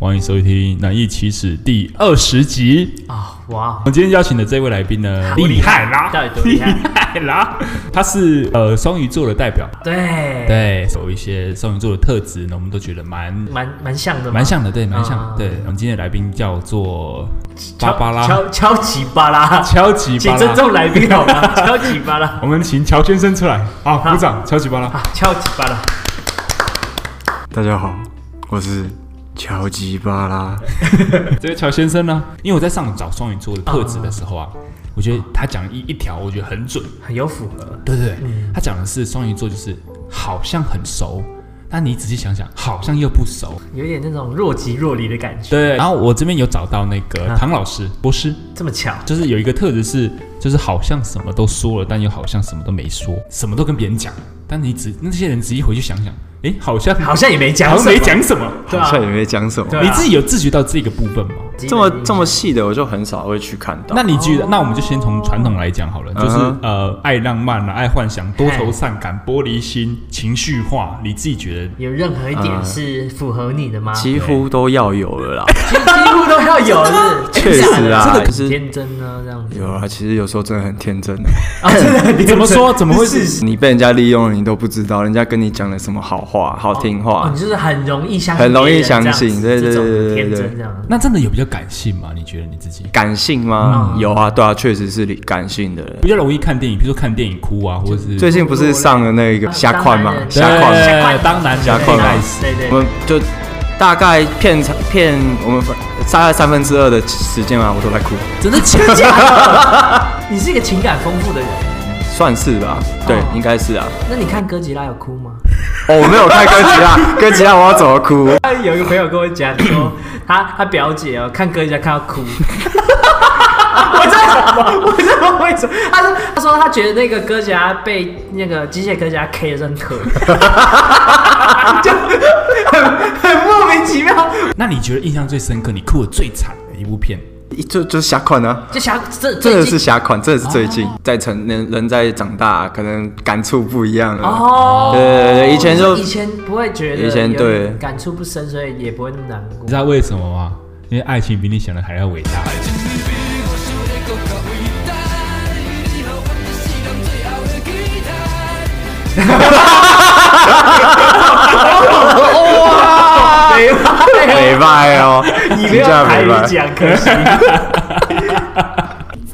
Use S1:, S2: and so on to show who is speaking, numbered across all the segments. S1: 欢迎收听《难易启齿》第二十集。
S2: 啊，哇
S1: 我，们今天邀请的这位来宾呢，
S2: 多厉
S1: 害啦
S2: 到底多厉害
S1: 害啦！他是呃双鱼座的代表，
S2: 对，
S1: 对，有一些双鱼座的特质呢，我们都觉得蛮
S2: 蛮蛮像的嘛，
S1: 蛮像的，对，蛮像
S2: 啊
S1: 的。对，我们今天的来宾叫做
S2: 敲
S1: 芭芭拉，
S2: 敲敲吉巴拉，
S1: 乔吉
S2: 请
S1: 巴
S2: 尊
S1: 拉。
S2: 重来宾好吗？敲吉巴拉，
S1: 我们请乔先生出来，好，鼓掌，乔吉巴拉。
S2: 啊，敲吉巴拉，
S3: 大家好，我是乔吉巴拉。
S1: 这位乔先生呢，因为我在上网找双鱼座的特质的时候啊，我觉得他讲一一条，我觉得很准。
S2: 很有符合，
S1: 对对对，他讲的是双鱼座就是好像很熟，但你仔细想想，好像又不熟。
S2: 有点那种若即若离的感觉，
S1: 对，然后我这边有找到那个
S2: 啊
S1: 唐老师博士，
S2: 这么巧，
S1: 就是有一个特质是，就是好像什么都说了，但又好像什么都没说，什么都跟别人讲，但你只那些人仔细回去想想，哎，好像
S2: 好像也没讲
S1: 好
S2: 什
S1: 像
S2: 么，
S1: 没讲什么。哦
S2: 对
S3: 好
S2: 啊
S3: 像也没讲什么
S2: 对，啊
S1: 你自己有自觉到这个部分吗？
S3: 这么这么细的我就很少会去看到
S1: 那。你觉得？那我们就先从传统来讲好了，就是、
S3: 嗯哼
S1: 呃，爱浪漫啊，爱幻想，多愁善感，玻璃心，情绪化。你自己觉得
S2: 有任何一点
S3: 呃
S2: 是符合你的吗？几
S3: 几乎都要有了啦，
S2: 乎 都要有，是
S3: 确实啊
S2: 这个
S3: 就是
S2: 天真啊，这样子
S3: 有啊。其实有时候真的很天真的，
S2: 啊，真的很天真
S1: 怎么说？怎么会是？
S3: 你被人家利用了，你都不知道，人家跟你讲了什么好话、好听
S2: 哦，
S3: 话
S2: 你，就是很容易相信
S3: 很容易
S2: 别人这样
S3: 相信
S2: 子
S3: 对对
S2: 这种
S3: 对对
S2: 天
S3: 对
S2: 真
S3: 对
S2: 这样子。
S1: 那真的有比较感性吗？你觉得你自己
S3: 感性
S2: 嗯
S3: 吗？有啊，对啊，确实是理感性的人。
S1: 比较容易看电影，比如说看电影哭啊，或者是
S3: 最近不是上了那
S2: 啊
S3: 个瞎框吗？
S2: 对
S3: 瞎框，
S1: 对
S2: 瞎框
S1: 当然
S3: 瞎框
S1: 嘛
S3: 嘛
S2: 对对
S3: 我们就大概骗骗我们大概三分之二的时间啊嘛，我都在哭，
S1: 真的假
S2: 真假的？你是一个情感丰富的人，
S3: 算是吧？对
S2: 哦，
S3: 应该是啊。
S2: 那你看哥吉拉有哭吗？
S3: 哦，我 没有看哥吉拉，哥吉拉我要怎么哭？
S2: 有一个朋友跟我讲说，他他表姐哦，看哥吉拉看到哭。我在什么？我真的会说，他说他说他觉得那个哥吉拉被那个机械哥吉拉 K 的真可怜，就很很莫名其妙。
S1: 那你觉得印象最深刻，你哭的最惨的一部片？
S3: 就就瞎款啊！
S2: 就想这
S3: 真
S2: 这
S3: 的是瞎款，真的
S2: 哦
S3: 是最近在成人人在长大，可能感触不一样了。
S2: 哦，
S3: 对对对以前就
S2: 以前不会觉得，
S3: 以前对
S2: 感触不深，所以也不会那么难过
S1: 你知。道为什么吗？因为爱情比你想的还要伟大。
S2: 没有
S3: 没拜哦，
S2: 你不要台
S3: 没
S2: 语
S3: 拜。
S2: 讲，可惜。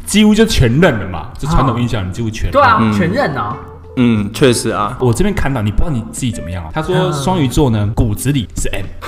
S1: 几乎就全认了嘛，就传统印象，你几乎全认。
S2: 对啊，全认 哦。
S3: 嗯，确实啊，
S1: 我这边看到，你不知道你自己怎么样哦。他说
S2: 嗯
S1: 双鱼座呢，骨子里是 M，
S2: 骨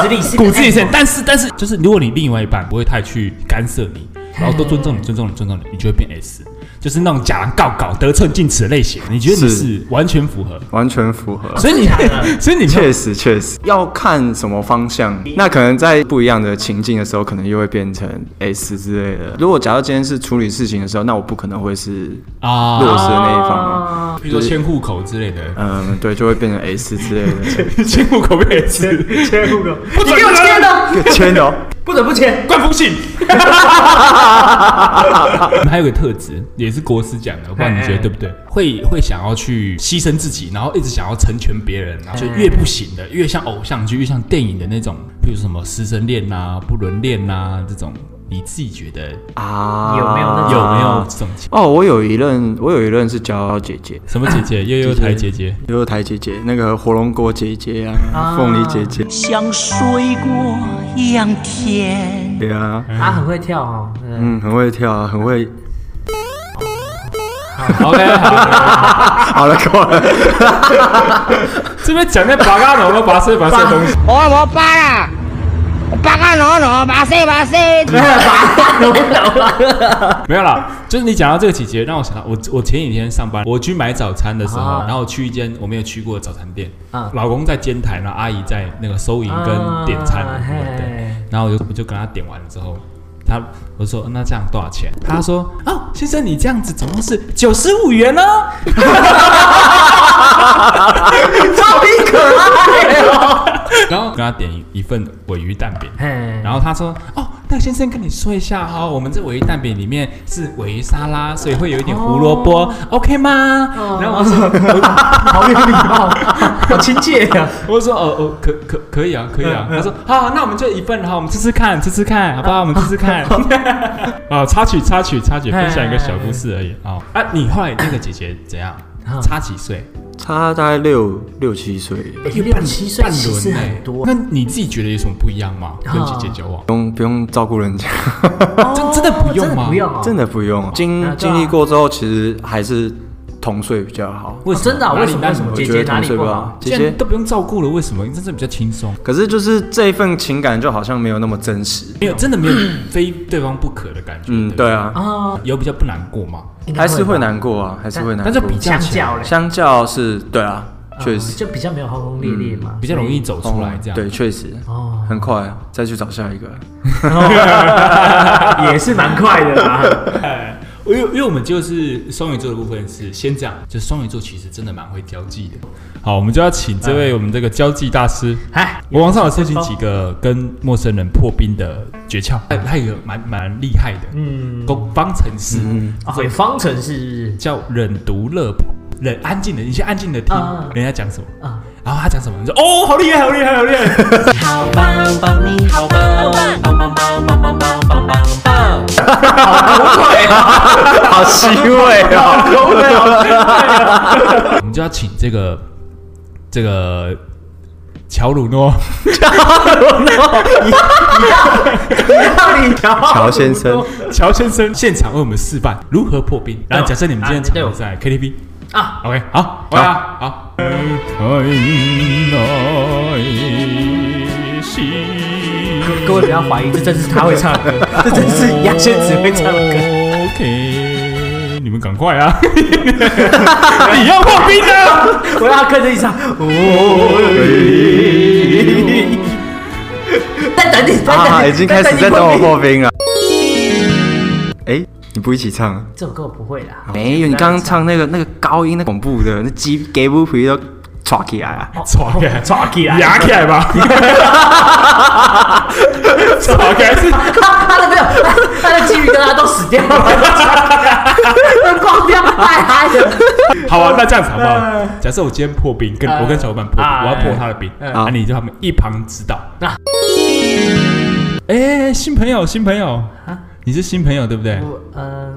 S2: 子里是
S1: 骨子里是 M，但是但是就是如果你另外一半不会太去干涉你，然后都尊重你、尊重你、尊重你，你就会变 S，就是那种假狼告告、得寸进尺的类型。你觉得你
S3: 是
S1: 是完全符合，
S3: 完全符合。
S1: 所以你
S2: 真
S1: 所以
S2: 的假的
S1: 你
S3: 确实确实要看什么方向，那可能在不一样的情境的时候，可能又会变成 S 之类的。如果假如今天是处理事情的时候，那我不可能会是
S1: 啊，
S3: 弱势的那一方嘛。
S2: 啊
S1: 比如说迁户口之类的，
S3: 嗯，对，就会变成 S 之类的。
S1: 迁户口被 S，
S2: 切户口，
S1: 不准
S2: 你给我切的，
S3: 签的哦，
S2: 不准不切。
S1: 冠不 信。我们还有个特质，也是国师讲的，我不知道你觉得对不对？会会想要去牺牲自己，然后一直想要成全别人，啊然后就越不行的，越像偶像剧，越像电影的那种，比如说什么师生恋呐、不伦恋呐、这种，你自己觉得
S3: 啊
S2: 有没有那
S1: 有没有？这种情？
S3: 哦，我有一任，我有一任是娇娇姐姐，
S1: 什么姐 姐，悠悠台姐姐，
S3: 有台姐姐，那个火龙果姐姐
S2: 啊
S3: 啊，凤梨姐姐，
S4: 像水果一样甜。
S3: 对啊，
S2: 他很会跳哦，嗯，
S3: 嗯，很会跳啊，很会。
S1: OK，好，
S3: 好了，够了。
S1: 这边讲那拔嘎农了，拔塞拔塞东西，
S5: 我啊无巴啦，巴个喏喏，巴西巴西。
S1: 没有啦，就是你讲到这个姐姐，让我想到我我前几天上班，我去买早餐的时候，
S2: 啊
S1: 然后去一间我没有去过的早餐店，
S2: 啊
S1: 老公在煎台，然后阿姨在那个收银跟点餐，
S2: 啊
S1: 对，
S2: 嘿
S1: 然后我就我就跟他点完之后。他我说那这样多少钱？他说哦，先生你这样子总共是九十五元呢、哦。
S2: 超级可爱哦。
S1: 然后跟他点一份尾鱼蛋饼，
S2: 嘿
S1: 然后他说哦，那个先生跟你说一下哈、我们这尾鱼蛋饼里面是尾鱼沙拉，所以会有一点胡萝卜、o k 吗？然后我说，
S2: 好有礼貌， 好亲切啊呀、
S1: 我说哦哦，可可可以啊，可以啊。他说好，那我们就一份哈，我们吃吃看，吃吃看，好不好？我们吃吃看。啊，插曲插曲插曲，分享一个小故事而已啊。啊，你后来那个姐姐怎样？差几岁？
S3: 差大概六六七岁，
S1: 哎
S2: 欸六哎七岁
S1: 半
S2: 其
S1: 轮
S2: 实
S1: 呢
S2: 很多，嗯
S1: 那你自己觉得有什么不一样吗？跟姐姐交往
S3: 不，用不用照顾人家，
S1: 真真的不用
S2: 真的
S1: 吗？
S2: 不用哦，
S3: 真的不用。
S2: 啊
S3: 经
S2: 对啊
S3: 经历过之后，其实还是同岁比较好。
S1: 为
S2: 哦真的啊
S1: 哪里
S2: 为什么
S1: 哪里
S2: 为什么
S1: 我
S3: 我
S2: 姐
S3: 觉
S2: 姐
S3: 得
S2: 哪
S3: 同
S2: 里
S3: 岁
S2: 不
S3: 吧，
S2: 好
S3: 姐
S1: 既然
S3: 姐。
S1: 都不用照顾了，为什么？真的比较轻松，
S3: 可是就是这份情感就好像没有那么真实。
S1: 没有真的没有非对方不可的感觉。
S3: 啊嗯，
S1: 不
S3: 对，啊，
S2: 哦，
S1: 有比较不难过吗？
S2: 应该
S3: 还是会
S2: 吧
S3: 难过啊，还是会难
S1: 但
S3: 过
S1: 是。比较
S2: 相
S1: 起来
S2: 较嘞，
S3: 相较是，对啊，确
S2: 哦
S3: 实
S2: 就比较没有轰轰烈烈嘛，
S1: 嗯比较容易走嗯出来
S3: 哦
S1: 这样。
S3: 对，确实
S2: 哦
S3: 很快啊，再去找下 一个。
S2: 也是蛮快的 啦。
S1: 哎，因为因为我们就是双鱼座的部分是先这样，就双鱼座其实真的蛮会交际的。好，我们就要请这
S3: 哎
S1: 位我们这个交际大师，
S2: 哎，
S1: 我网上有搜寻几个跟陌生人破冰的诀窍，
S3: 哎
S1: 还还有一个蛮蛮厉害的，嗯，工方程式、
S3: 嗯
S2: 对，哦方程式是不
S1: 叫忍读乐谱，忍安静的，你先安静的听
S2: 啊
S1: 人家讲什么，
S2: 是啊？
S1: 然后他讲什么，你说哦，好厉害，好厉害，好厉害。
S4: 好棒棒，你好棒棒，棒棒棒棒棒棒棒棒棒。
S3: 好虚伪哦！
S1: 我们就要请这个这个乔鲁诺，
S3: 乔先生，
S1: 乔先生现场为我们示范如何破冰。然后假设你们今天
S2: 啊对
S1: 场
S2: 哦
S1: 合在 KTV
S2: 啊
S1: ，OK，好，好呀，好。
S2: 各位不要怀疑，这真是他会唱 的歌，这真是牙仙子会唱的歌。
S1: OK，你们赶快啊！ 你要破冰 啊！
S2: 我要跟着一起唱，哦在等你，在哦等
S3: 啊，
S2: 你，
S3: 已经开始
S2: 你
S3: 在等我
S2: 你
S3: 破冰了。哎，你不一起唱啊？
S2: 这首歌我不会啦，
S3: 没有，你刚刚唱那个那个高音，那恐怖的，那鸡给不皮都抓起来啊！
S1: 抓起来，
S2: 抓起来，
S1: 压起来 吧！抓起来 是
S2: 他他的没有，他他的啊金鱼跟他都死掉了， 都光掉，哎嗨嗨的。
S1: 好啊，那这样子好不 好？假设我今天破冰，跟
S2: 嗯
S1: 我跟小伙伴破冰，
S2: 嗯
S1: 我要破他的冰，
S2: 嗯
S1: 啊，你就他们一旁指导。
S2: 啊
S1: 哎，新朋友，新朋友，你是新朋友对不对？
S2: 啊我呃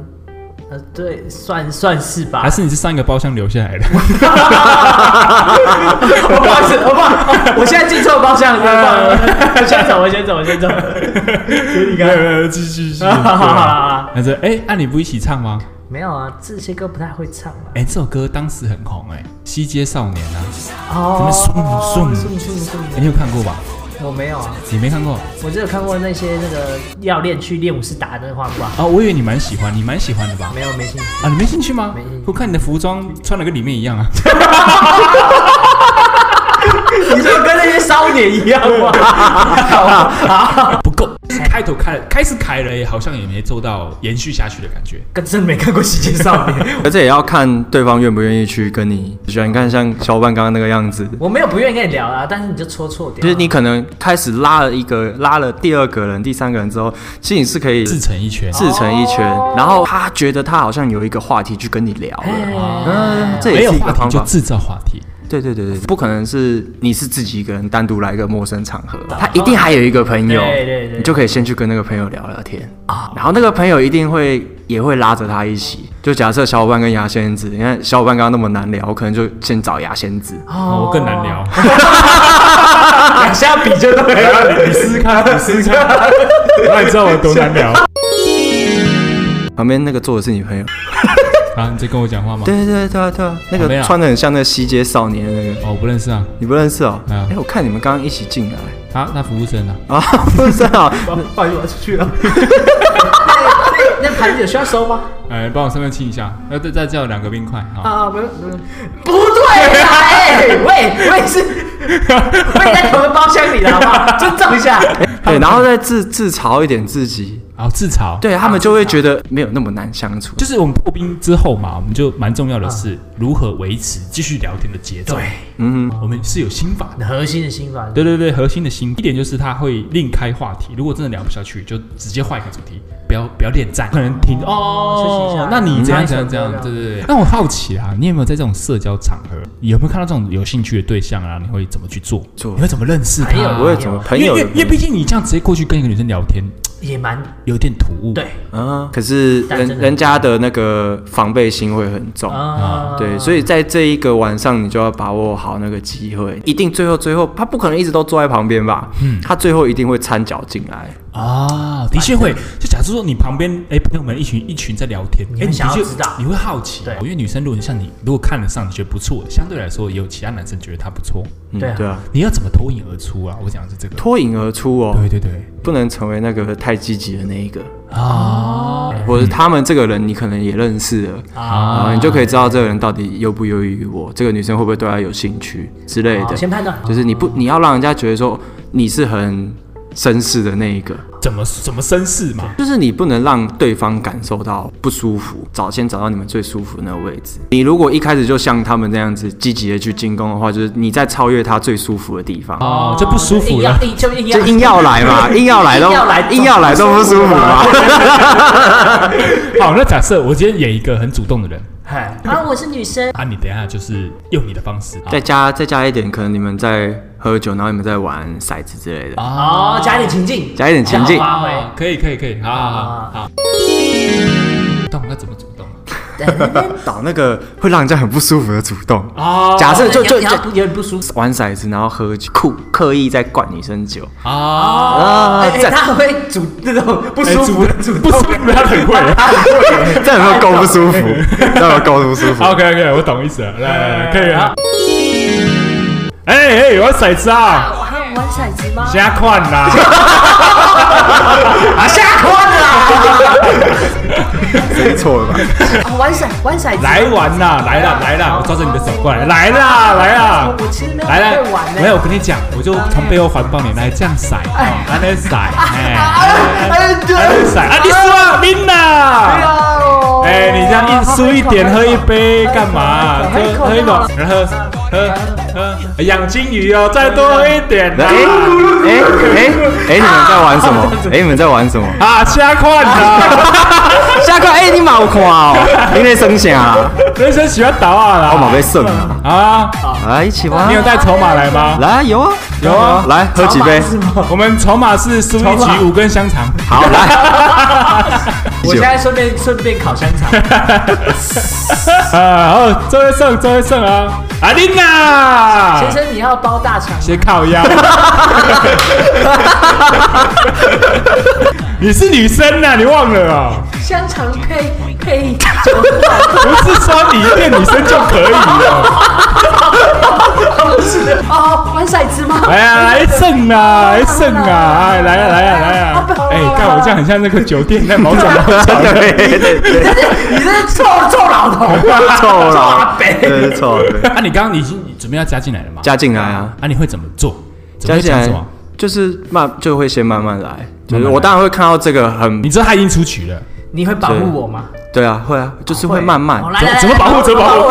S2: 呃，对，算算是吧
S1: 还。是你是上一个包厢留下 来的？
S2: 我 不好意思，我不好，我现在进错 包厢
S1: 啊
S2: 了，我先走，我先走，我先走。
S1: 你看，继续继 续。对
S2: 好好好
S1: 啊
S2: 好，
S1: 他说：“哎，那你不一起唱吗？
S2: 没有啊，这些歌不太会唱啊。
S1: 哎，这首歌当时很红，哎，《西街少年》啊，
S2: 哦
S1: 什么送送
S2: 送送
S1: 哎你有看过吧？
S2: 我没有啊，
S1: 你没看过
S2: 我只有看过那些那个要练去练武士打的那画挂，
S1: 啊？我以为你蛮喜欢，你蛮喜欢的吧？
S2: 没有没兴趣。
S1: 啊，你没兴趣吗
S2: 没兴趣？
S1: 我看你的服装穿的跟里面一样啊。”
S2: 你就跟那些少年一样吗？
S1: 不够，开头开开始开了，也好像也没做到延续下去的感觉。
S2: 跟真的没看过《西街少年》，
S3: 而且也要看对方愿不愿意去跟你喜欢。你看，像小伙伴刚刚那个样子，
S2: 我没有不愿意跟你聊啦，但是你就戳错点。
S3: 就是你可能开始拉了一个，拉了第二个人、第三个人之后，其实你是可以
S1: 自成一圈，
S3: 自成一圈，
S2: 哦
S3: 然后他觉得他好像有一个话题去跟你聊了，
S2: 哎
S3: 嗯，这
S1: 没
S3: 也
S1: 有
S3: 是一
S1: 话
S3: 个
S1: 题
S3: 方
S1: 就
S3: 法。
S1: 制造话题。
S3: 对对对对，不可能是你是自己一个人单独来一个陌生场合，他一定还有一个朋友，
S2: 哦对对对哦
S3: 你就可以先去跟那个朋友聊聊天啊，然后那个朋友一定会也会拉着他一起。就假设小伙伴跟牙仙子，你看小伙伴刚刚那么难聊，我可能就先找牙仙子，
S1: 哦，我更难 聊。
S2: 两下比就对了。
S1: 你试试看，你试试 看，那你知道我多难聊
S3: 旁边那个坐的是你朋友，
S1: 啊？你在跟我讲话吗？
S3: 对对对对啊对啊，那
S1: 旁边
S3: 个
S1: 啊
S3: 穿的很像那个西街少年的那个，
S1: 哦，我不认识啊。
S3: 你不认识哦？
S1: 没有
S3: 哎，我看你们刚刚一起进来。
S1: 啊，那服务生啊，
S3: 啊， 不是啊，
S2: 不好意思，我要出去了。 那那盘子有需要收吗？
S1: 哎，帮我上面清一下，那再再叫两个冰块啊。
S2: 啊，不用，不用。不对啦，哎，喂，我也是，我也在同一个包厢里的好不 好？尊重一下。
S3: 对，然后再自自嘲一点自己，
S1: 好，自嘲。，
S3: 对他们就会觉得没有那么难相处。
S1: 啊就是我们破冰之后嘛，我们就蛮重要的是如何维持继续聊天的节奏。
S2: 嗯对，嗯
S1: 嗯，我们是有心法的。
S2: 核心的心法。
S1: 对对对，核心的心一点就是他会另开话题，如果真的聊不下去，就直接换一个主题，不要不要恋战。可能听
S2: 休息一
S1: 哦
S2: 下，
S1: 那你怎样怎样怎
S2: 嗯
S1: 样，对对对。那我好奇啊，你有没有在这种社交场合，有没有看到这种有兴趣的对象啊？你会怎么去做？
S3: 做
S1: 你会怎么认识他？
S2: 没有
S3: 我会怎么朋
S1: 啊因
S3: 友
S1: 为因为因为毕竟你这样直接过去跟一个女生聊天，
S2: 也蛮
S1: 有点突兀。
S2: 对
S3: 啊？可是
S2: 但真
S3: 人
S2: 的
S3: 人家的那个防备心会很重。
S2: 啊，
S3: 对，所以在这一个晚上，你就要把握好那个机会，一定最后最后，他不可能一直都坐在旁边吧？嗯，他最后一定会掺脚进来。
S1: 啊，的确会。就假设说你旁边哎朋友们一群一群在聊天，
S2: 你
S1: 哎
S2: 会
S1: 的
S2: 想要
S1: 确
S2: 知道
S1: 你会好奇。哦
S2: 对
S1: 因为女生如果像你，如果看得上，你觉得不错，相对来说也有其他男生觉得她不错，
S3: 嗯，
S2: 对啊
S3: 对啊，
S1: 你要怎么脱颖而出啊？我讲的是这个。
S3: 脱颖而出哦，
S1: 对对对
S3: 不能成为那个太积极的那一个，
S1: 啊
S3: 或者他们这个人你可能也认识了。
S1: 啊
S3: 啊，你就可以知道这个人到底优不优于我，这个女生会不会对他有兴趣之类
S2: 好
S3: 的。
S2: 先判断
S3: 就是你不，你要让人家觉得说你是很绅士的那一个，
S1: 怎么怎么绅士嘛？
S3: 就是你不能让对方感受到不舒服，找先找到你们最舒服的那个位置。你如果一开始就像他们这样子积极的去进攻的话，就是你在超越他最舒服的地方，
S1: 哦，就不舒服
S2: 硬
S1: 了
S2: 要。硬就硬要
S3: 就硬要来嘛，硬要来都
S2: 硬要来
S3: 硬要来都不舒服嘛。
S1: 好，那假设我今天演一个很主动的人
S2: 嗨啊，我是女生，
S1: 啊，你等一下就是用你的方式
S3: 再加再加一点，可能你们在喝酒，然后你们在玩骰子之类的，
S2: 哦，加一点情境，
S3: 加一点情
S2: 这
S3: 境
S2: 样。发挥。
S1: 啊，可以可以可以，好好好
S2: 啊
S1: 好。主动那怎么主动
S3: 找那个会让人家很不舒服的主动。
S1: 啊？
S3: 假设就
S2: 你
S3: 就
S2: 要你要
S3: 就
S2: 不哦有点不舒服
S3: 玩骰子，然后喝酒，酷刻意在灌女生酒
S1: 啊，
S3: 啊
S2: 哎，哎他很会煮那种不
S1: 哎
S2: 舒服的主
S1: 主不舒服，他很会。 啊
S3: 这有没有够不舒服？这有没有够不舒服？
S1: OK OK，我懂意思了，来来来，可以啊。哎哎，我骰子啊，
S2: 我还有玩骰子吗？
S1: 瞎看啦！ 啊，瞎看啦！
S3: 没错了吧？
S2: 啊玩骰玩骰子，
S1: 来玩啦，来啦，来啦！我抓着你的手过来，来啦，来啦！来啦，没有，我跟你讲，我就从背后环抱你，来这样哦骰，来来骰，哎，
S2: 哎，对
S1: 来来骰，啊，你输了，赢啦！
S2: 哦
S1: 哎，你这样硬输一点，喝一杯干嘛？喝喝一口，然后喝喝喝，养金鱼哦，再多喝一点
S3: 哎
S1: 啦！
S3: 哎哎哎，你们在玩什么？哎，你们在玩什么？
S1: 啊，瞎看啦！
S3: 下课哎，你冇看哦，你在生啥啊？
S1: 人生喜欢打啊
S3: 我冇
S1: 啦！
S3: 被剩啊！
S1: 啊，
S3: 来一起玩
S1: 你有
S3: 啊，
S1: 带筹码来吗？
S3: 来有啊
S1: 有啊
S3: 来喝几杯，
S1: 我们筹码是苏一局五根香肠。
S3: 好来。
S2: 我现在顺便顺便烤香肠，
S1: 啊，哦，周会胜，周会胜啊！阿琳娜，
S2: 先生你要包大肠吗，
S1: 先靠腰。你是女生呐、你忘了啊、
S2: 香肠配配
S1: 不是说你变女生就可以了。
S2: 哦，玩骰子吗？
S1: 来呀、啊，来胜啊，来胜啊！哎，来呀、来呀、来呀、哎、看我这样很像那个酒店在毛转毛转。
S3: 对对对，
S2: 你这臭臭老头，
S3: 臭
S2: 阿
S3: 了，
S2: 北
S3: 真是臭了。
S1: 啊，你刚刚你已经准备要加进来了吗？
S3: 加进来啊！
S1: 啊，你会怎么做？怎么
S3: 加
S1: 会
S3: 起
S1: 讲
S3: 来
S1: 什么？
S3: 就是慢，就会先慢慢来。就
S1: 慢
S3: 是
S1: 慢
S3: 我
S1: 来
S3: 当然会看到这个很
S1: 你，知道他已经出局了，
S2: 你会保护我吗？
S3: 对啊，会啊，就是会慢慢
S2: 好，。来
S1: 怎
S2: 来
S1: 么
S2: 来，
S1: 怎么保护？怎么保护？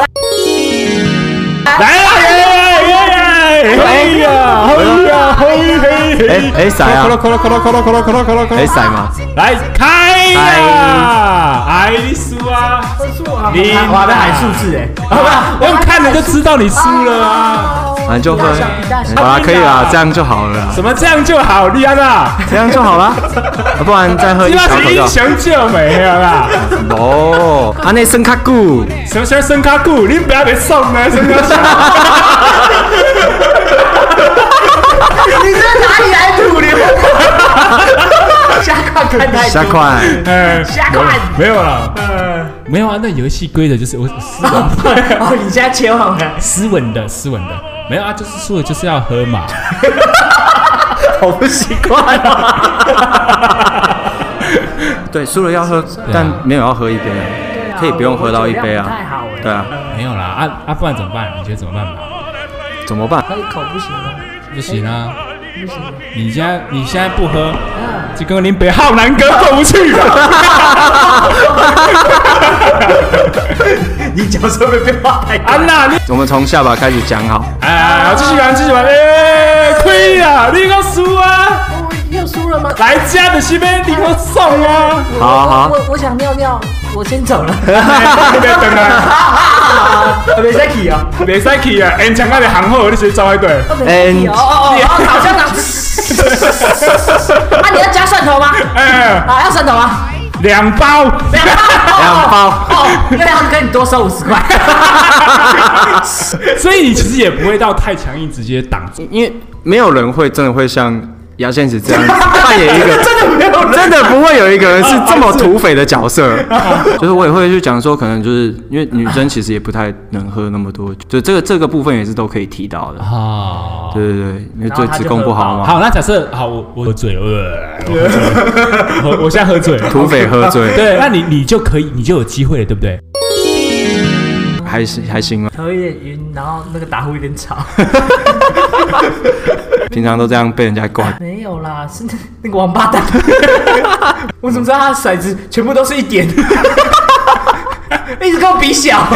S1: 来啦！耶耶耶！哎呀，哎呀，嘿嘿嘿！
S3: 哎哎闪啊
S1: 扣了扣了扣了扣了扣了扣了扣了扣
S3: 哎，
S1: 了！
S3: 塞吗？
S1: 来开呀！哎，你输啊！你
S2: 我还没喊数字哎，
S1: 好吧，我用看了就知道你输了啊！
S3: 反正就会。好
S1: 啊
S3: 啦，可以
S1: 对
S3: 啦，
S1: 啦
S3: 这样就好了啦，
S1: 怎么这样就好，莉安娜？
S3: 这样就好啦。啊不然再喝一
S1: 你
S3: 小
S1: 把
S3: 口
S1: 是
S3: 就
S1: 英
S3: 好。
S1: 雄救美了啦！
S3: 哦，安内生卡固，
S1: 什么什么生卡固，你不要被送啊！什么 什么？
S2: 你这哪里来土流？瞎看看太
S3: 下块。
S1: 哎，
S2: 瞎看。
S1: 没有啦，
S3: 呃
S1: 没有啊。那游戏规则就是我斯文
S2: 哦，你现在切换回来，
S1: 斯文的斯文的，没有啊，就是输了就是要喝 嘛。
S3: 好不习惯啊。 对，输了要喝，但没有要喝一杯啊，可以不用喝到一杯啊
S2: 啊我觉得这样不太好欸。
S3: 对啊，
S1: 没有啦，啊啊，不然怎么办？你觉得怎么办吧？
S3: 怎么办？
S2: 那一口不行吗？
S1: 不行啊，啊你现在你现在不喝，这跟林北浩南哥过 不去 了。
S2: 你角色会变化太大。
S1: 安娜，你
S3: 我们从下巴开始讲好，
S1: 哎，好，继续玩，继续玩，哎，亏了，你个输啊！
S2: 又输了吗？
S1: 来家的西边，你给我送啊！
S3: 好啊好啊
S2: 我我想尿尿，我先走了。
S1: 别等啊，
S2: 没在 起啊！
S1: 别使去啊！人家那里行后，你先走一队。
S3: 哎，你
S2: 哦哦哦，好 像的。啊，你要加蒜头吗？
S1: 哎，
S2: 啊，要蒜头吗？
S1: 两包，
S2: 两包，
S3: 两包，
S2: 哦，那要跟你多收五十块。
S1: 哎所以你其实也不会到太强硬，直接挡住。
S3: 因为没有人会真的会像牙仙子 这样子扮演一个，真的
S1: 没有
S3: 真的不会有一个人是
S2: 哦
S3: 这么土匪的角色。就是我也会去讲说，可能就是因为女生其实也不太能喝那么多酒，就这个这个部分也是都可以提到的。
S1: 啊。
S3: 对对对，因为
S2: 然后
S3: 对
S2: 他
S3: 子
S2: 就
S3: 宫不好嘛，
S1: 好，那假设好，我我喝醉了，我我我现在喝醉了，
S3: 土匪喝醉
S1: 对，那你你就可以，你就有机会了，对不对？
S3: 还行还行 啊嘛，
S2: 头有点晕，然后那个打呼有点吵。
S3: 平常都这样被人家灌。
S2: 没有啦，是那那个王八 蛋。我怎么知道他的骰子全部都是一点？ 一直跟我比小。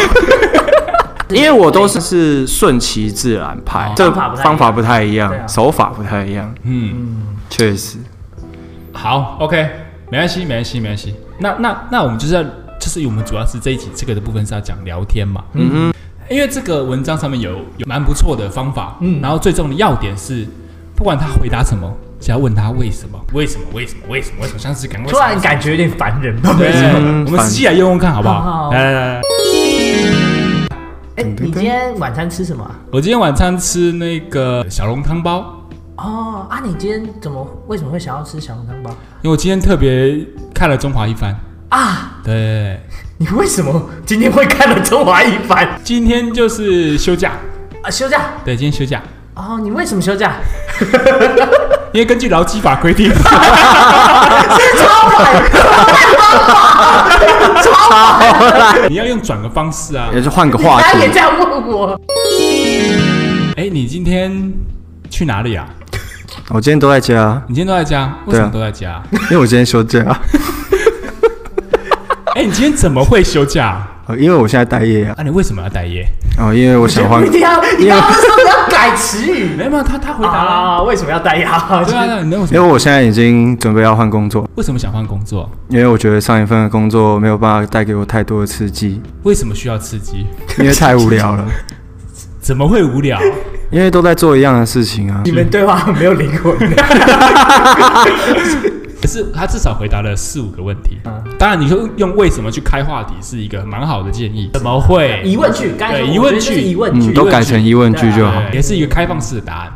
S3: 因为我都是是顺其自然派，这哦方法不太一
S2: 对啊
S3: 样，手法不太一样，
S1: 嗯，
S3: 确实。
S1: 好，OK，没关系，没关系，没关系。那那那我们就是要，就是我们主要是这一集这个的部分是要讲聊天嘛，嗯因为这个文章上面有有蛮不错的方法，嗯，然后最重要的要点是，不管他回答什么，只要问他为什么，为什么，为什么，为什么，为什么，像是感为什
S2: 突
S1: 么
S2: 然感觉有点烦人。
S1: 对，
S3: 嗯
S1: 我们实际来用用看好不
S2: 好好
S1: 好？
S2: 好
S1: 来来来来，
S2: 哎、你今天晚餐吃什么啊、
S1: 我今天晚餐吃那个小笼汤包，
S2: 哦，啊，你今天怎么为什么会想要吃小笼汤包
S1: 因为我今天特别看了中华一番，
S2: 啊？
S1: 对，
S2: 你为什么今天会看了中华一番
S1: 今天就是休假，
S2: 啊？休假
S1: 对，今天休假，
S2: 哦，你为什么休假？
S1: 因为根据劳基法规定，
S2: 超晚，
S1: 你要用转个方式啊。
S3: 也是换个话
S2: 他也
S3: 题
S2: 这，样问我。
S1: 哎，你今天去哪里啊？
S3: 我今天都在家，
S1: 你今天都在家，为
S3: 对啊
S1: 什么都在家？
S3: 因为我今天休假，
S1: 哎，你今天怎么会休假？
S3: 呃因为我现在待业啊，
S1: 啊，你为什么要待业？
S3: 哦，因为我想换
S2: 不一，定要，你刚刚说你要改词 语
S1: 没有，没有，他他回答了。
S2: 啊？为什么要戴牙？
S1: 对啊，那你为什
S3: 因为
S1: 么
S3: 我现在已经准备要换工作，
S1: 为什么想换工作？
S3: 因为我觉得上一份的工作没有办法带给我太多的刺激，
S1: 为什么需要刺激？
S3: 因为太无聊 了，
S1: 怎么会无聊？
S3: 因为都在做一样的事情啊
S2: 你。们对话很没有灵 魂。
S1: 可是他至少回答了四五个问题。
S2: 嗯
S1: 当然，你说用为什么去开话题是一个蛮好的建议。怎么会？
S2: 疑问句，刚才
S1: 对
S2: 我
S1: 疑
S2: 觉
S1: 问
S2: 得是
S1: 句，
S2: 疑问句
S3: 嗯，，都改成疑问句就好。
S1: 对也是一个开放式的答案，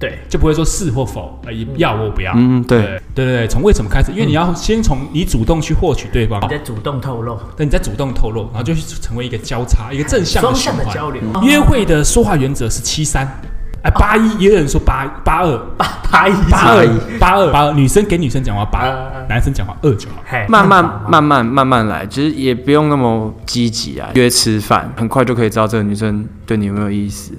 S2: 对，
S3: 啊
S1: 就不会说是或否，呃，要或不要。
S3: 嗯，对，
S1: 对对对，从为什么开始？因为你要先从你主动去获取对方
S2: 你，在主动透露，
S1: 但你再主动透露，然后就成为一个交叉，一个正向
S2: 双
S1: 的循
S2: 向的
S1: 环。
S2: 交流。
S3: 嗯
S2: 哦
S1: 约会的说话原则是七三，哎，八一，也有人说八八二，
S2: 啊八一
S1: 八二八二八二，女生给女生讲话八
S2: 啊啊，
S1: 男生讲话二就好。
S2: 嘿啊
S3: 慢慢慢慢慢慢来，其实也不用那么积极啊。约吃饭，很快就可以知道这个女生对你有没有意思。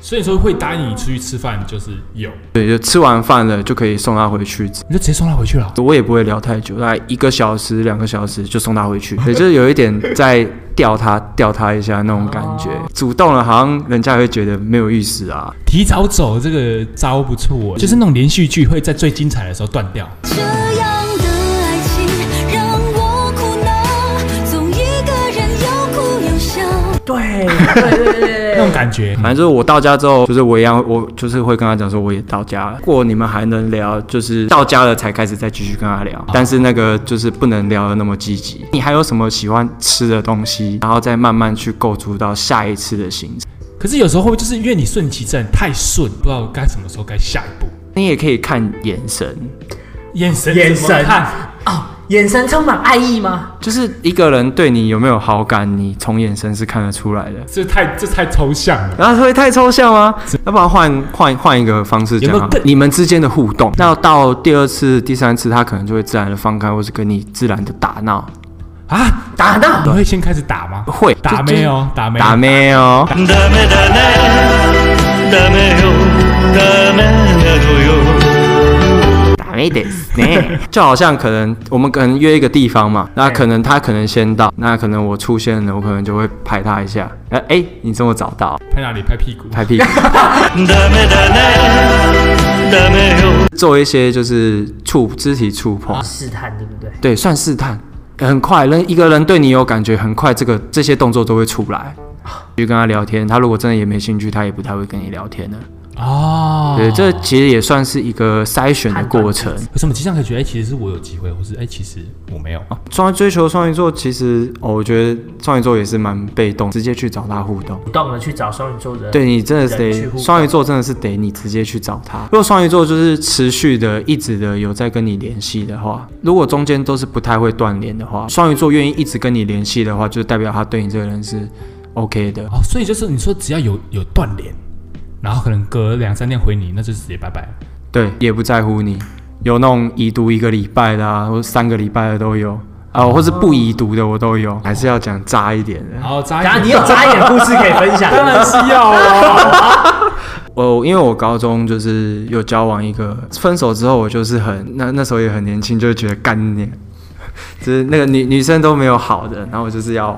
S1: 所以说会答应你出去吃饭就是有，
S3: 对，就吃完饭了就可以送她回去。
S1: 你就直接送她回去了。
S3: 我也不会聊太久，大概一个小时、两个小时就送她回去，也就是有一点在吊她、吊她一下那种感觉。主动了，好像人家也会觉得没有意思啊。
S1: 提早走这个招不错哦，就是那种连续剧会在最精彩的时候断掉。
S6: 这样的爱情让我苦恼，总一个人又哭又笑。
S2: 对对对对
S1: 那种感觉，
S3: 反正就是我到家之后，就是我一样，我就是会跟他讲说我也到家了。如果你们还能聊，就是到家了才开始再继续跟他聊，但是那个就是不能聊的那么积极。你还有什么喜欢吃的东西，然后再慢慢去构筑到下一次的行程。
S1: 可是有时候会不会就是因为你顺其自然太顺，不知道该什么时候该下一步，
S3: 你也可以看眼神，
S1: 眼神
S2: 眼
S1: 怎么
S2: 神
S1: 看
S2: 哦，眼神充满爱意吗？
S3: 就是一个人对你有没有好感，你从眼神是看得出来的。
S1: 这太这太抽象了。
S3: 然后会太抽象吗？要不然换换换一个方式讲
S1: 有没
S3: 好
S1: 有
S3: 了，
S1: 更
S3: 你们之间的互动，那到第二次、第三次，他可能就会自然的放开，或是跟你自然的打闹。
S1: 啊，
S2: 打
S1: 你
S2: 闹，
S1: 会先开始打吗？
S3: 会
S1: 打
S3: 就就
S1: 没有，打没有
S3: 打哦没有，
S7: ダメだねダメよダメなのよ
S3: 就好像可能我们可能约一个地方嘛，那可能他可能先到，那可能我出现了，我可能就会拍他一下。哎、哎、你这么早到，
S1: 拍哪里？拍屁股。
S3: 拍屁股，做一些就是触肢体触碰，
S2: 试探对不对？
S3: 对，算试探，很快，人一个人对你有感觉，很快这个这些动作都会出来。去跟他聊天，他如果真的也没兴趣，他也不太会跟你聊天的。
S1: 哦，
S3: 对，这其实也算是一个筛选的
S2: 判断
S3: 过程。
S1: 为什么经常可以觉得，哎、其实是我有机会，或是哎、其实我没有。
S3: 双追求双鱼座，其实、哦、我觉得双鱼座也是蛮被动，直接去找他互动。
S2: 主动的去找双鱼座的，
S3: 对你真的是
S2: 人去互
S3: 得
S2: 动
S3: 双鱼座真的是得你直接去找他。如果双鱼座就是持续的、一直的有在跟你联系的话，如果中间都是不太会断联的话，双鱼座愿意一直跟你联系的话，就代表他对你这个人是 OK 的。
S1: 哦，所以就是你说只要有有断联，然后可能隔两三天回你，那就直接拜拜了。
S3: 对，也不在乎你。有那种已读一个礼拜的、啊，或者三个礼拜的都有啊，或是不已读的我都有，还是要讲渣一点的。
S1: 好，渣
S2: 然后
S1: 男，
S2: 哎你有眨眼故事可以分享，当然是要啊。
S3: 我因为我高中就是有交往一个，分手之后我就是很那那时候也很年轻，就觉得干你，就是那个女女生都没有好的，然后我就是要、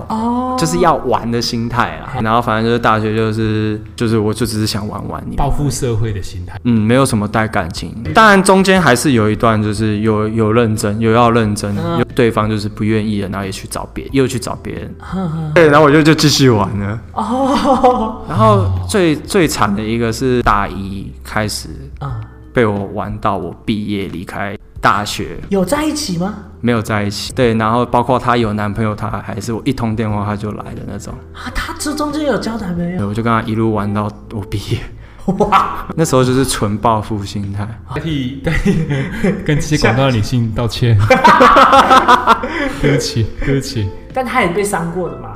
S3: 就是要玩的心态啦。然后反正就是大学就是就是我就只是想玩玩你，
S1: 报复社会的心态。
S3: 嗯，没有什么带感情，当然中间还是有一段，就是有有认真，有要认真，有对方就是不愿意了，然后也去找别，又去找别人，对，然后我就就继续玩了。哦， 然后最最惨的一个是大一开始
S2: 啊
S3: 被我玩到我毕业离开大学，
S2: 有在一起吗？
S3: 没有在一起。对，然后包括她有男朋友，她还是我一通电话她就来的那种，
S2: 啊，他这中间有交男朋
S3: 对
S2: 友？
S3: 我就跟她一路玩到我毕业。
S2: 哇，
S3: 那时候就是纯报复心态。
S1: 代替代替跟这些广大的女性道 歉，对不起，对不起，
S2: 但他也被伤过的嘛？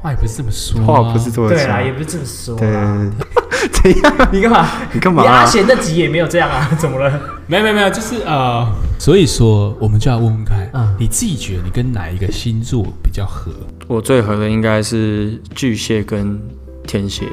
S1: 话也不是这么说、啊，
S3: 话不是这么
S2: 对啦，
S3: 讲
S2: 也不是这么说
S3: 对
S2: 啦。
S3: 对对对怎样？
S2: 你干嘛？
S3: 你干嘛
S2: 你阿贤那集也没有这样啊？ 怎么了？
S1: 没有没有没有，就是呃，所以说我们就要问问看，
S2: 嗯
S1: 你自己觉得你跟哪一个星座比较合？
S3: 我最合的应该是巨蟹跟天蝎，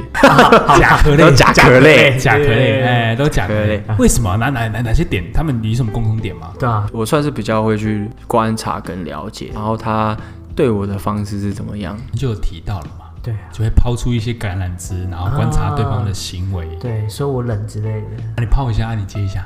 S1: 甲壳类，
S3: 都甲壳类。
S1: 甲壳类，
S2: 对
S1: 哎，都甲壳类
S3: 甲。
S1: 为什么？哪哪哪哪些点？他们有什么共同点吗？
S2: 对啊，
S3: 我算是比较会去观察跟了解，然后他对我的方式是怎么样。
S1: 你就有提到了嘛，
S2: 对啊，
S1: 就会抛出一些橄榄枝，然后观察对方的行为。
S2: 对，说我冷之类的，
S1: 啊你抛一下，啊你接一下，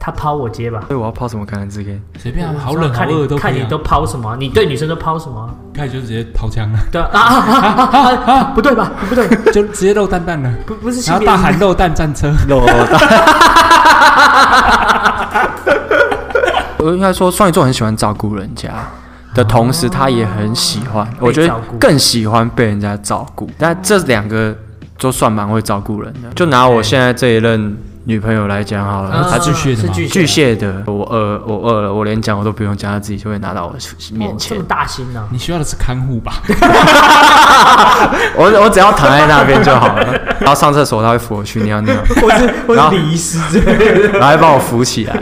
S2: 他抛我接吧。
S3: 所以我要抛什么橄榄枝给？
S1: 随便啊，好冷好
S2: 看
S1: 饿
S2: 你
S1: 都可
S2: 看
S1: 以
S2: 你
S1: 啊。
S2: 都抛什么？你对女生都抛什么？
S1: 开始就直接掏枪了，
S2: 对啊啊啊啊啊啊 啊！不对吧？不对，
S1: 就直接肉蛋蛋了，
S2: 不不是性
S1: 然后
S2: 别
S1: 大
S2: 意识
S1: 喊肉蛋战车。
S3: 我应该说双鱼座很喜欢照顾人家。的同时，他也很喜欢，我觉得
S2: 照顾
S3: 更喜欢被人家照顾。但这两个都算蛮会照顾人的。就拿我现在这一任女朋友来讲好了，
S2: 嗯
S1: 他
S3: 她
S1: 巨蟹的
S2: 是
S1: 吗
S2: 巨蟹
S3: 巨蟹的，我饿，我饿了，我连讲我都不用讲，他自己就会拿到我面
S2: 哦这
S3: 前
S2: 么。大心呢？
S1: 你需要的是看护吧？
S3: 我我只要躺在那边就好了，然后上厕所他会扶我去尿尿，
S2: 我是我
S3: 然
S2: 是
S3: 后
S2: 礼仪师之类的，
S3: 然后还把我扶起来。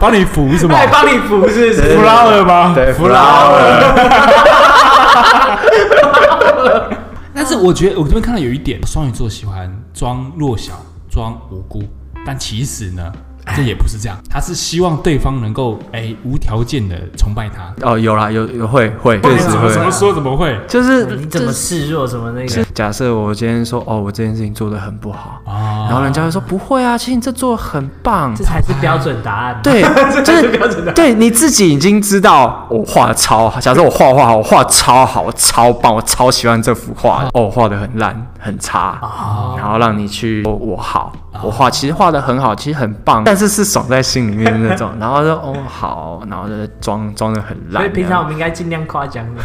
S1: 帮你扶 是吗？
S2: 还帮你扶是不是？
S1: flower 吗？
S3: 对，扶老了。
S1: 但是我觉得我这边看到有一点，双鱼座喜欢装弱小、装无辜，但其实呢，这也不是这样，他是希望对方能够哎、无条件的崇拜他。哎
S3: 哦，有啦，有有会会，确实
S1: 怎么怎么
S3: 会，
S1: 说怎么会
S3: 就是
S2: 你怎么示弱？怎么那个
S3: 就是？假设我今天说哦，我这件事情做的很不好，
S1: 啊？
S3: 然后人家会说不会啊，其实你这做的很棒
S2: 这。才是标准答 案。
S3: 对，就
S2: 这是标准答
S3: 是
S2: 案
S3: 对你自己已经知道我画得超好。假设我画画好，我画得超好，我超棒，我超喜欢这幅画。
S2: 啊
S3: 哦，我画的很烂，很差，然后让你去哦我我好，我画其实画的很好，其实很棒，但是是爽在心里面的那种。然 后说哦好，然后就装装的很烂
S2: 所以
S3: 这样。
S2: 平常我们应该尽量夸奖你，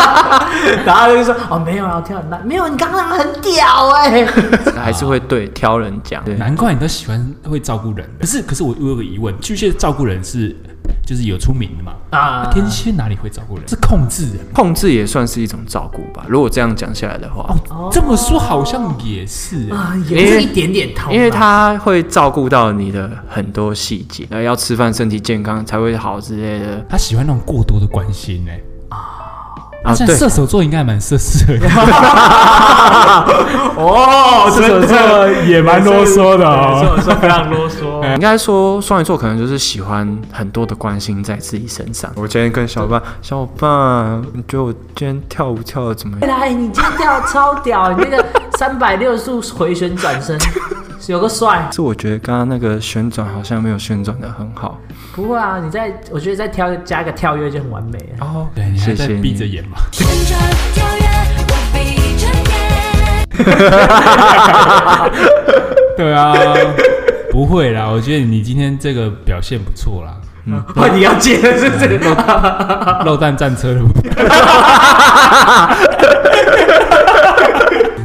S2: 然后他就说哦没有啊，我跳很烂，没有，你刚刚很屌哎、
S3: 还是会对挑人讲。对，
S1: 难怪你都喜欢会照顾人。可是可是我我有个疑问，巨蟹照顾人是就是有出名的嘛？
S2: 啊！
S1: 天蝎哪里会照顾人？是控制人
S3: 控制也算是一种照顾吧。如果这样讲下来的话，
S1: 哦。这么说好像也是、哎
S2: 啊，也是一点点痛啊，
S3: 因为他会照顾到你的很多细节，呃，要吃饭、身体健康才会好之类的。
S1: 他喜欢那种过多的关心哎、
S3: 啊，
S1: 像
S3: 对，
S1: 射手座应该还蛮射射的。
S2: 哦，
S1: 真的也蛮啰嗦的哦
S2: 没错，没错非常啰嗦。哎
S3: 应该说双鱼座可能就是喜欢很多的关心在自己身上。我今天跟小伙伴，小伙伴，你觉得我今天跳舞跳的怎么
S2: 对
S3: 样？
S2: 啦，哎，你今天跳得超屌，你那个三百六十度回旋转身， 有个帅。
S3: 是我觉得刚刚那个旋转好像没有旋转的很好。
S2: 不会啊，你再我觉得再挑加个跳跃就很完美了。
S3: 哦，
S1: 对，你还
S3: 谢
S1: 在
S3: 谢你。
S1: 闭着眼嘛？
S6: 旋转跳跃，我闭着眼。
S1: 对啊，不会啦，我觉得你今天这个表现不错啦。
S2: 哦， 你要接了是不是？
S1: 肉蛋战车的部 分。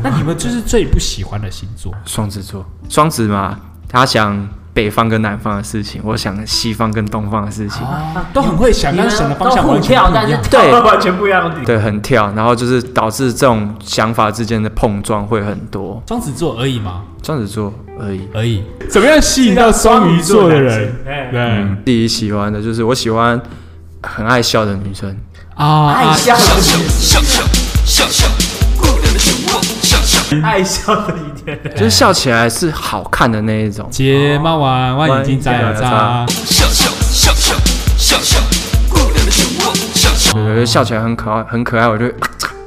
S1: 那你们就是最不喜欢的星座？
S3: 双子座，双子嘛，他想北方跟南方的事情，我想西方跟东方的事情。
S1: 都很会想，
S2: 啊你
S1: 但
S2: 们
S1: 是想的方
S2: 都
S1: 向
S2: 互
S1: 完全
S2: 跳，
S1: 不
S2: 但
S1: 一
S2: 是
S1: 样。
S2: 跳
S3: 对
S2: 到完全不一样的地方。
S3: 对，很跳，然后就是导致这种想法之间的碰撞会很多。
S1: 双子座而已吗？
S3: 双子座而已。
S1: 而已。嗯怎么样吸引到双鱼座的人？
S2: 哎
S1: 对
S3: 自己喜欢的就是我喜欢很爱笑的女生，
S1: 啊，
S2: 爱
S1: 啊
S2: 笑的爱笑的一点，
S3: 就是笑起来是好看的那一种。
S1: 睫毛弯弯，眼睛眨呀眨。
S3: 对对对，笑起来很可爱，很可爱。我就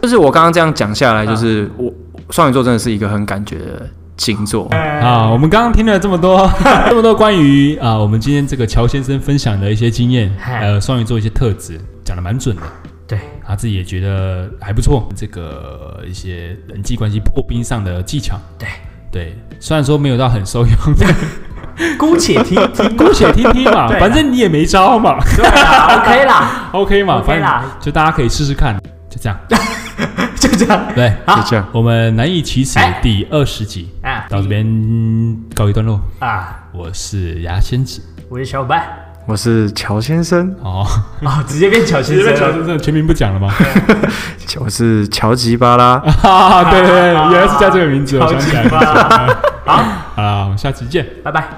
S3: 就是我刚刚这样讲下来，就是我双鱼座真的是一个很感觉的星座。
S1: 啊，我们刚刚听了这么 多，这么多关于啊，我们今天这个乔先生分享的一些经验，
S2: 嗨
S1: 还有双鱼座一些特质，讲的蛮准的。
S2: 对，
S1: 他自己也觉得还不错，这个呃一些人际关系破冰上的技巧。
S2: 对
S1: 对，虽然说没有到很 受用，
S2: 姑且听听，
S1: 姑且听听嘛，
S2: 对啊
S1: 反正你也没招嘛
S2: 对 啦，OK 啦，
S1: ，OK 嘛，
S2: OK
S1: 反
S2: 啦
S1: 正就大家可以试试看，就这样。
S2: 就这样。
S1: 对，
S2: 好
S3: 就这样，
S1: 我们难以启齿
S2: 哎
S1: 第二十集
S2: 啊
S1: 到这边告一段落。
S2: 啊，
S1: 我是牙仙子
S2: 我是小伙伴，
S3: 我是乔先生，
S1: 哦，
S2: 哦，直接变乔先生了，
S1: 生全名不讲了 吗？
S3: 我是乔吉巴拉。
S1: 啊，对对对，原来是叫这个名字，我
S2: 超
S1: 想
S2: 级
S1: 起来了。
S2: 棒，好，
S1: 好了，我们下期见。
S2: 拜拜。